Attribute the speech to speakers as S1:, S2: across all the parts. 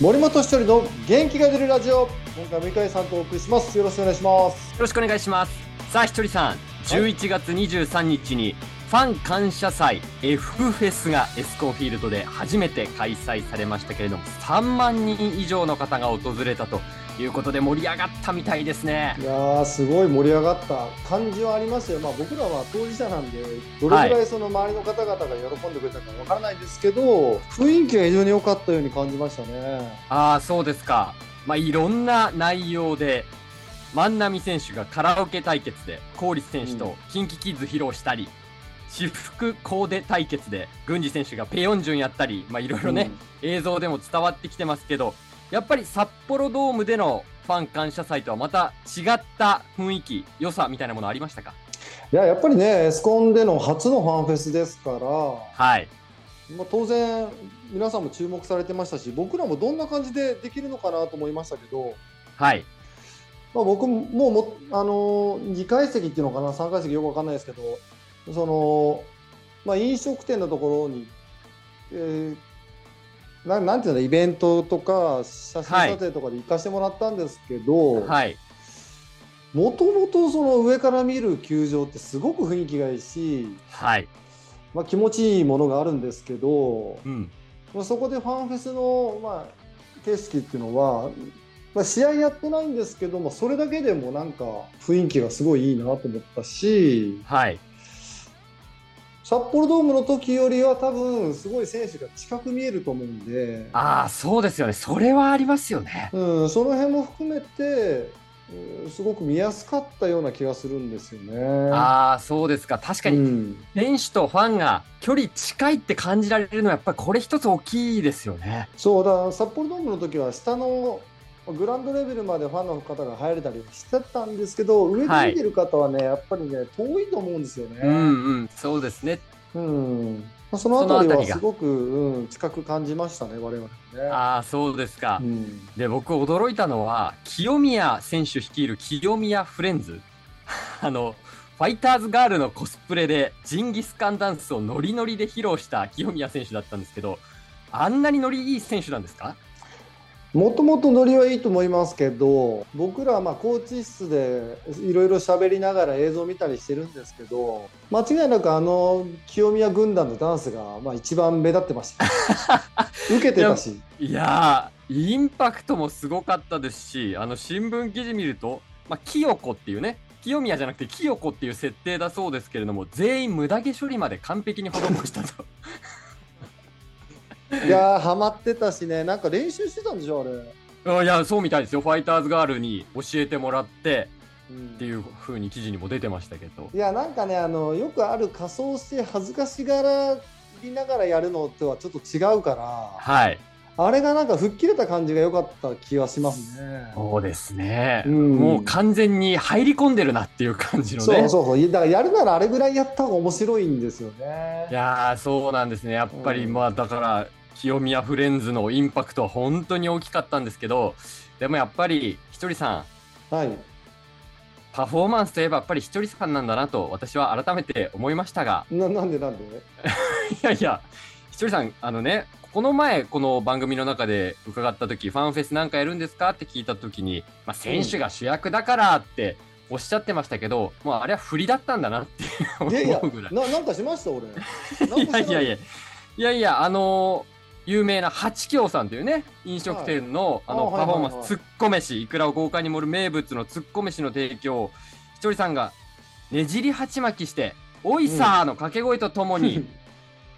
S1: 森本一人の元気が出るラジオ今回も向井さんとお送りしますよろしくお願いします
S2: よろしくお願いします。さあ、ひとりさん、11月23日に、ファン感謝祭 F フェスがエスコンフィールドで初めて開催されましたけれども、3万人以上の方が訪れたということで盛り上がったみたいですね
S1: い。やーすごい盛り上がった感じはありますよまあ僕らは当事者なんでどれぐらいその周りの方々が喜んでくれたかわからないですけど、雰囲気が非常に良かったように感じましたね
S2: ああ、そうですか。まあ、いろんな内容で、万波選手がカラオケ対決で、郡選手
S1: うん
S2: とキンキキッズ披露したり、私服コーデ対決で、郡司選手がペヨンジュンやったり、まあ、いろいろね、映像でも伝わってきてますけど、やっぱり札幌ドームでのファン感謝祭とはまた違った雰囲気、良さみたいなものありましたか
S1: いややっぱりねエスコンでの初のファンフェスですから、
S2: はい。
S1: まあ、当然皆さんも注目されてましたし僕らもどんな感じでできるのかなと思いましたけど
S2: はい。
S1: まあ、僕ももうも、あのー、2階席っていうのかな3階席よくわかんないですけどその、まあ、飲食店のところに、えーななんていうのイベントとか写真撮影とかで行かしてもらったんですけど
S2: はい。
S1: もともとその上から見る球場ってすごく雰囲気がいいし、
S2: はい。
S1: まあ、気持ちいいものがあるんですけど
S2: うん。
S1: まあそこでファンフェスの、まあ、景色っていうのは、まあ、試合やってないんですけどもそれだけでもなんか雰囲気がすごいいいなと思ったし
S2: はい。
S1: 札幌ドームの時よりは多分すごい選手が近く見えると思うんで、
S2: ああ、そうですよね。それはありますよね。
S1: うん、その辺も含めてうんすごく見やすかったような気がするんですよね。
S2: ああ、そうですか。確か
S1: う
S2: に、
S1: ん
S2: 選手とファンが距離近いって感じられるのは、やっぱりこれ一つ大きいですよね。
S1: そうだから札幌ドームの時は下のグラウンドレベルまでファンの方が入れたりしてたんですけど上で
S2: はい
S1: 見てる方はね、やっぱりね遠いと思うんですよ
S2: う
S1: ね。
S2: んうん、そうですね。
S1: うんまあそのあたり
S2: そのあた
S1: は
S2: りが
S1: すごく、うん、近く感じましたね我々もね。
S2: ああ、そうですか
S1: う。ん、
S2: で、僕驚いたのは、清宮選手率いる清宮フレンズ。 あの、ファイターズガールのコスプレでジンギスカンダンスをノリノリで披露した清宮選手だったんですけど、あんなにノリいい選手なんですか
S1: もともとノリはいいと思いますけど僕らはまあコーチ室でいろいろ喋りながら映像を見たりしてるんですけど間違いなくあの清宮軍団のダンスがまあ一番目立ってました 受けてたし。
S2: いやー、インパクトもすごかったですし、あの、新聞記事見ると、まあ、清子っていうね、清宮じゃなくて清子っていう設定だそうですけれども、全員無駄毛処理まで完璧に施したと。
S1: いやー、ハマってたしね、なんか練習してたんでしょ、あれ。う
S2: あいや、そうみたいですよ。ファイターズガールに教えてもらって、
S1: ん
S2: っていう風に記事にも出てましたけど。
S1: いや、なんかね、あのよくある仮装して恥ずかしがらりながらやるのとはちょっと違うから、
S2: はい。
S1: あれがなんか吹っ切れた感じが良かった気がしますね。
S2: そうですね。
S1: うん
S2: もう完全に入り込んでるなっていう感じのね。
S1: そうそうそう、いやだからやるならあれぐらいやった方が面白いんですよ
S2: い
S1: ね。
S2: やー、そうなんですね。やっぱり、
S1: うん
S2: まあ、だから、清宮フレンズのインパクトは本当に大きかったんですけど、でもやっぱり、ひとりさん、
S1: はい、
S2: パフォーマンスといえばやっぱりひとりさんなんだなと、私は改めて思いましたが、
S1: ななんでなんで
S2: いやいや、ひとりさん、あのね、この前、この番組の中で伺った時ファンフェスなんかやるんですかって聞いた時に、まあ、選手が主役だからっておっしゃってましたけど、もうあれは振りだったんだなって 思
S1: いやいや
S2: うぐらい。
S1: な、なんかしました、俺。なん
S2: い
S1: か
S2: や
S1: して
S2: い
S1: な
S2: やいや、いやいや、あのー有名な八京さんというね、飲食店の、あの、
S1: あは
S2: パ
S1: い
S2: フ
S1: はい
S2: ォ
S1: はい
S2: ーマンス、つっこ飯、いくらを豪快に盛る名物のつっこ飯の提供を、ひとりさんが、ねじり鉢巻きして、おいさーの掛け声ととも に、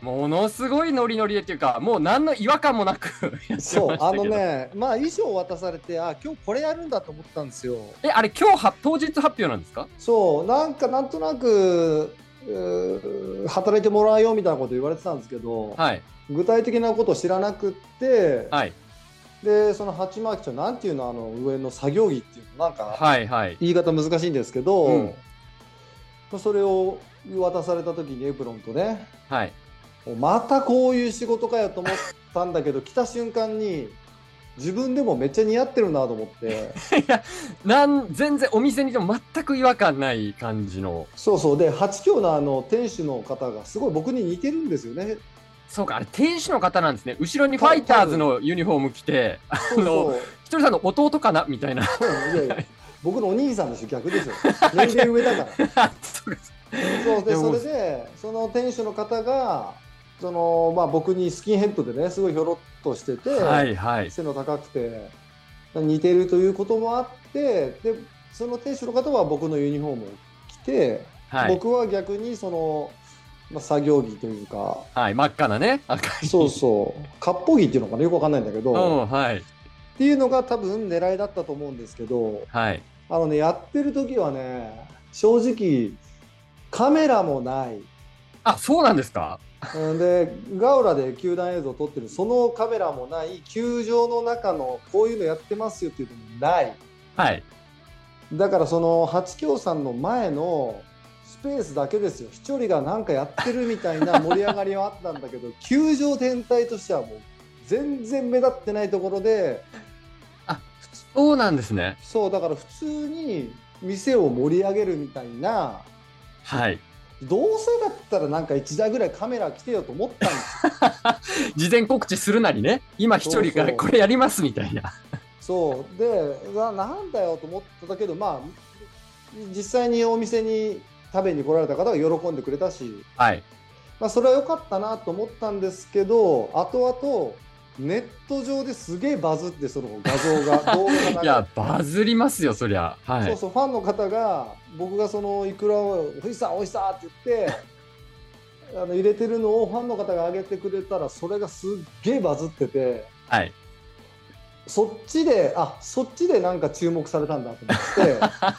S2: ものすごいノリノリでっていうか、もう何の違和感もなく やってましたけど。
S1: そう、あの。ね、まあ衣装渡されて、あ、今日これやるんだと思ったんですよ。
S2: え、あれ今日は当日発表なんですか
S1: そうなんかなんとなくうー働いてもらうよみたいなこと言われてたんですけど、
S2: はい。
S1: 具体的なことを知らなくって、
S2: はい。
S1: でその鉢巻きとなんていうのあの上の作業着っていうのなんか
S2: はい。はい。
S1: 言い方難しいんですけど、
S2: うん
S1: それを渡された時にエプロンとね
S2: はい。
S1: またこういう仕事かよと思ったんだ けど来た瞬間に自分でもめっちゃ似合ってるなと思って。
S2: なん、全然お店にいても全く違和感ない感じの。
S1: そうそうで八強のあの店主の方がすごい僕に似てるんですよね
S2: そうか、あれ、店主の方なんですね。後ろにファイターズのユニフォーム着て、
S1: そうそう
S2: ひとりさんの弟かなみたいな。
S1: そうなんですいやいや僕のお兄さんでしょ逆ですよ年齢上だから
S2: そうです
S1: そう
S2: い
S1: で
S2: やも
S1: そうれでその店主の方がその、まあ、僕にスキンヘッドでねすごいひょろっとしてて、
S2: はいはい。
S1: 背の高くて似てるということもあってでその店主の方は僕のユニフォームを着て、
S2: はい。
S1: 僕は逆にその、まあ、作業着というか
S2: はい、真っ赤なね、赤い。
S1: そうそう割烹着っていうのかなよくわかんないんだけど、
S2: う
S1: っ
S2: ん、はい。
S1: ていうのが多分狙いだったと思うんですけど
S2: はい。
S1: あのねやってる時はね正直カメラもない。
S2: あ、そうなんですか
S1: うんでガウラで球団映像を撮ってるそのカメラもない球場の中のこういうのやってますよっていうのもない
S2: はい。
S1: だからその八京さんの前のスペースだけですよ飛距離がなんかやってるみたいな盛り上がりはあったんだけど球場全体としてはもう全然目立ってないところで
S2: そうなんですね。
S1: そうだから普通に店を盛り上げるみたいな
S2: はい。
S1: どうせだったらなんか1台ぐらいカメラ来てよと思ったんですよ
S2: 事前告知するなりね、今一人か
S1: そうそ
S2: ら
S1: う
S2: これやりますみたいな。
S1: そうでうわなんだよと思ってたけどまあ実際にお店に食べに来られた方は喜んでくれたし、
S2: はい。
S1: まあ、それは良かったなと思ったんですけど後々ネット上ですげえバズってその画像 が動画が
S2: い
S1: 流れ
S2: や、バズりますよ、そりゃ。は
S1: そう
S2: い。
S1: そうファンの方が僕がそのいくらを「おいしさおいしさ」って言ってあの入れてるのをファンの方が上げてくれたらそれがすっげえバズってて。
S2: はい。
S1: そっちであそっちでなんか注目されたんだと思 っ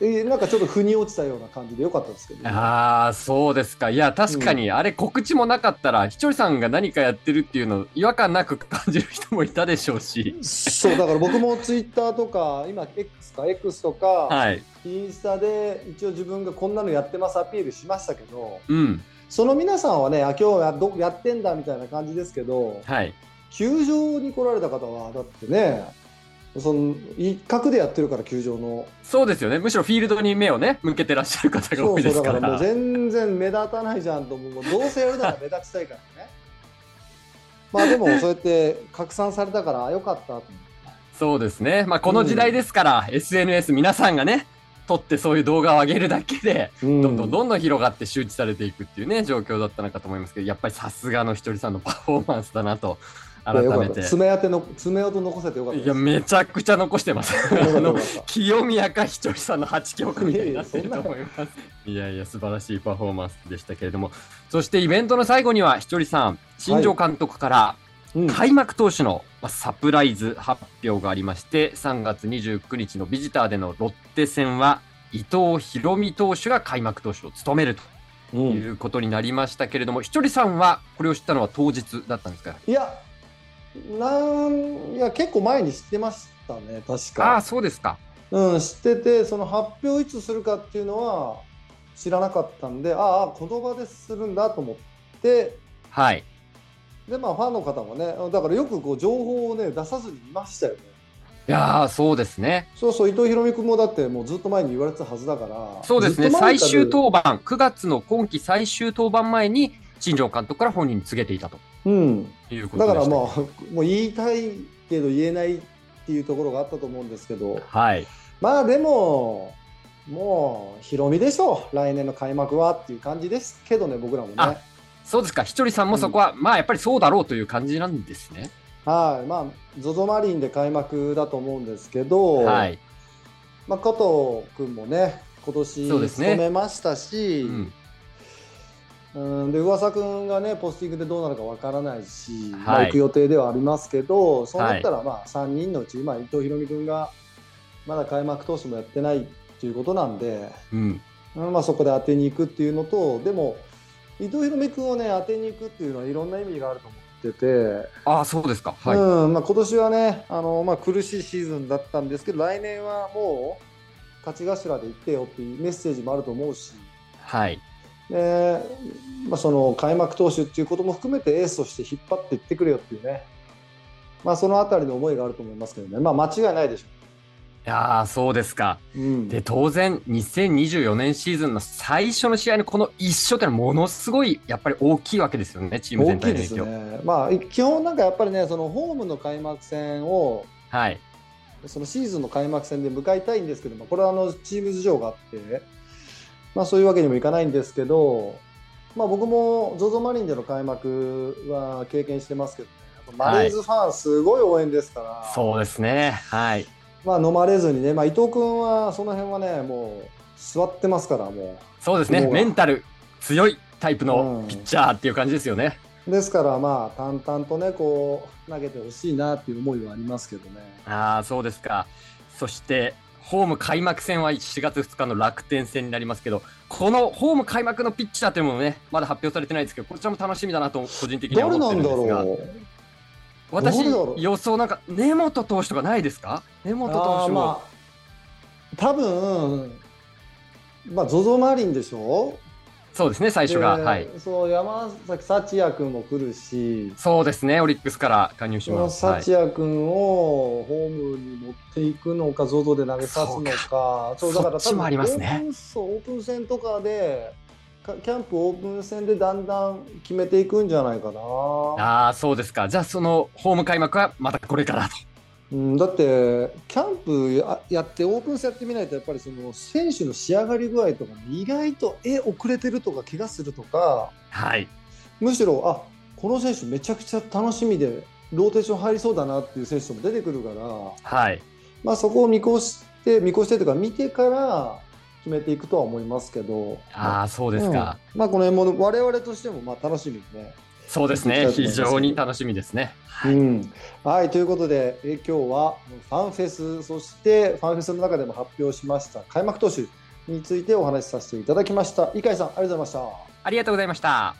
S1: てえなんかちょっと腑に落ちたような感じでよかったですけどね、
S2: ああ、そうですか。いや、確かに、あれ告知もなかったら、ひとりさんが何かやってるっていうの、違和感なく感じる人もいたでしょ うし。
S1: そうだから僕もツイッターとか今 X か X とか、
S2: はい。
S1: インスタで一応自分がこんなのやってますアピールしましたけど
S2: うん。
S1: その皆さんはねあ今日やどやってんだみたいな感じですけど
S2: はい。
S1: 球場に来られた方はだってねその一角でやってるから球場の
S2: そうですよね。むしろフィールドに目をね、向けてらっしゃる方が
S1: そ
S2: 多
S1: う
S2: い
S1: そ
S2: で
S1: う
S2: す
S1: だか
S2: か。
S1: ららもう全然目立たないじゃんと思うもうどうせやるなら目立ちたいからね まあでもそうやって拡散されたからよかったと思う
S2: そうですね。まあ、この時代ですから、SNS 皆さんがね、撮ってそういう動画を上げるだけで、どんどんどんどん広がって周知されていくっていうね、状況だったのかと思いますけど、やっぱりさすがのひとりさんのパフォーマンスだなと、
S1: いや
S2: 改
S1: よか
S2: め
S1: った
S2: て。
S1: 爪当ての爪痕残せてよかった
S2: いや、めちゃくちゃ残して ます。
S1: よかっ
S2: あ
S1: たよ
S2: の
S1: かった
S2: 清宮かひとりさんの八教科みたいになってる
S1: いや
S2: と
S1: いやそんな
S2: 思います。いやいや、素晴らしいパフォーマンスでしたけれども、そしてイベントの最後には、ひとりさん、新庄監督から、
S1: うん
S2: 開幕投手のまあサプライズ発表がありまして、3月29日のビジターでのロッテ戦は、伊藤博美投手が開幕投手を務める
S1: う
S2: と
S1: ん
S2: いうことになりましたけれども、ひとりさんはこれを知ったのは当日だったんですか
S1: いやなんいや結構前に知ってましたね確
S2: ああ、
S1: か
S2: そうですか。
S1: うん知っててその発表いつするかっていうのは知らなかったんでああこの場でするんだと思って
S2: はい。
S1: でまあファンの方もねだからよくこう情報をね出さずにいましたよね
S2: いやー、そうですね。
S1: そうそう伊藤博美君もだってもうずっと前に言われてたはずだから
S2: そうですね。
S1: ずっと前
S2: 最
S1: から
S2: 終登板、9月の今季最終登板前に、新庄監督から本人に告げていたと
S1: うん
S2: いうこと
S1: だ
S2: でし
S1: か
S2: た。
S1: らまあもう言いたいけど言えないっていうところがあったと思うんですけど
S2: はい。
S1: まあでももう博美でしょう来年の開幕はっていう感じですけどね僕らもね
S2: あそうですか。ひとりさんもそこは、まあ、やっぱりそうだろうという感じなんですね。
S1: はいまあ ZOZO マリンで開幕だと思うんですけど、
S2: はい。
S1: まあ、加藤君もね今年
S2: そうですね
S1: 務めましたし
S2: うん
S1: うん、で噂君がねポスティングでどうなるかわからないし、
S2: はい
S1: まあ行く予定ではありますけどそうなったらまあ3人のうち今伊藤博美君がまだ開幕投手もやってないっていうことなんで、
S2: うん、
S1: うんまあ、そこで当てに行くっていうのとでも伊藤博美君をね当てに行くっていうのはいろんな意味があると思ってて、
S2: ああ、そうですか。はい。
S1: うんまあ、今年はねあの、まあ、苦しいシーズンだったんですけど来年はもう勝ち頭で行ってよっていうメッセージもあると思うし。
S2: はい。
S1: で、まあ、その開幕投手っていうことも含めてエースとして引っ張っていってくれよっていうね、まあ、そのあたりの思いがあると思いますけどね、まあ、間違いないでしょ
S2: いやーそうですか。
S1: うん、
S2: で、当然、2024年シーズンの最初の試合のこの一勝ってのはものすごい、やっぱり大きいわけですよね、チーム
S1: 大
S2: 全
S1: きい
S2: 体の
S1: で
S2: 影
S1: す
S2: 響。
S1: ね、まあ、基本なんかやっぱりね、そのホームの開幕戦を、
S2: はい。
S1: そのシーズンの開幕戦で迎えたいんですけども、これはあのチーム事情があって、まあ、そういうわけにもいかないんですけど、まあ、僕も ZOZO マリンでの開幕は経験してますけどね、やっぱマリーンズファン、すごい応援ですから、
S2: そうですね。はい。
S1: まあ、飲まれずにね、まあ、伊藤君はその辺はね、もう座ってますから、も
S2: そうですね。
S1: そうだ
S2: メンタル強いタイプ
S1: う
S2: の
S1: ん
S2: ピッチャーっていう感じですよね。
S1: う。ですから、まあ、淡々とね、こう、投げてほしいなっていう思いはありますけどね。
S2: ああ、そうですか。そして、ホーム開幕戦は4月2日の楽天戦になりますけど、このホーム開幕のピッチャーというのもね、まだ発表されてないですけど、こちらも楽しみだなと、個人的には
S1: 誰
S2: 思
S1: な
S2: って
S1: ん
S2: るん
S1: だ
S2: ですが、
S1: ろう。
S2: 私
S1: 誰だろ、う
S2: 予想なんか、根本投手とかないですか根本投手も、
S1: あーまあ、多分まあ ZOZO マリンでしょ
S2: そうですね、最初が。
S1: で
S2: はい。
S1: そう山崎幸也君も来るし
S2: そうですね、オリックスから加入し
S1: その
S2: ます。はい
S1: 幸也君をホームに持っていくのか ZOZO で投げさすのか
S2: そうか
S1: 多分
S2: そっちもあります
S1: オ
S2: ね
S1: ープンそうオープン戦とかでかキャンプオープン戦でだんだん決めていくんじゃないかな、
S2: ああ、そうですか。じゃあ、そのホーム開幕はまたこれからと。
S1: うん、だってキャンプややってオープン戦やってみないとやっぱりその選手の仕上がり具合とか意外とえ遅れてるとか怪我するとか
S2: はい。
S1: むしろあこの選手めちゃくちゃ楽しみでローテーション入りそうだなっていう選手も出てくるから、
S2: はい。
S1: まあ、そこを見越して見越してというか見てから決めていくとは思いますけど
S2: ああ、そうですか。
S1: うんまあこの辺も我々としてもまあ楽しみね。
S2: そうですね。
S1: 行きたい
S2: 非
S1: と思います
S2: 常に楽しみですね。
S1: うん、はいということでえ今日はファンフェスそしてファンフェスの中でも発表しました開幕投手についてお話しさせていただきました。井海さんありがとうございました。
S2: ありがとうございました。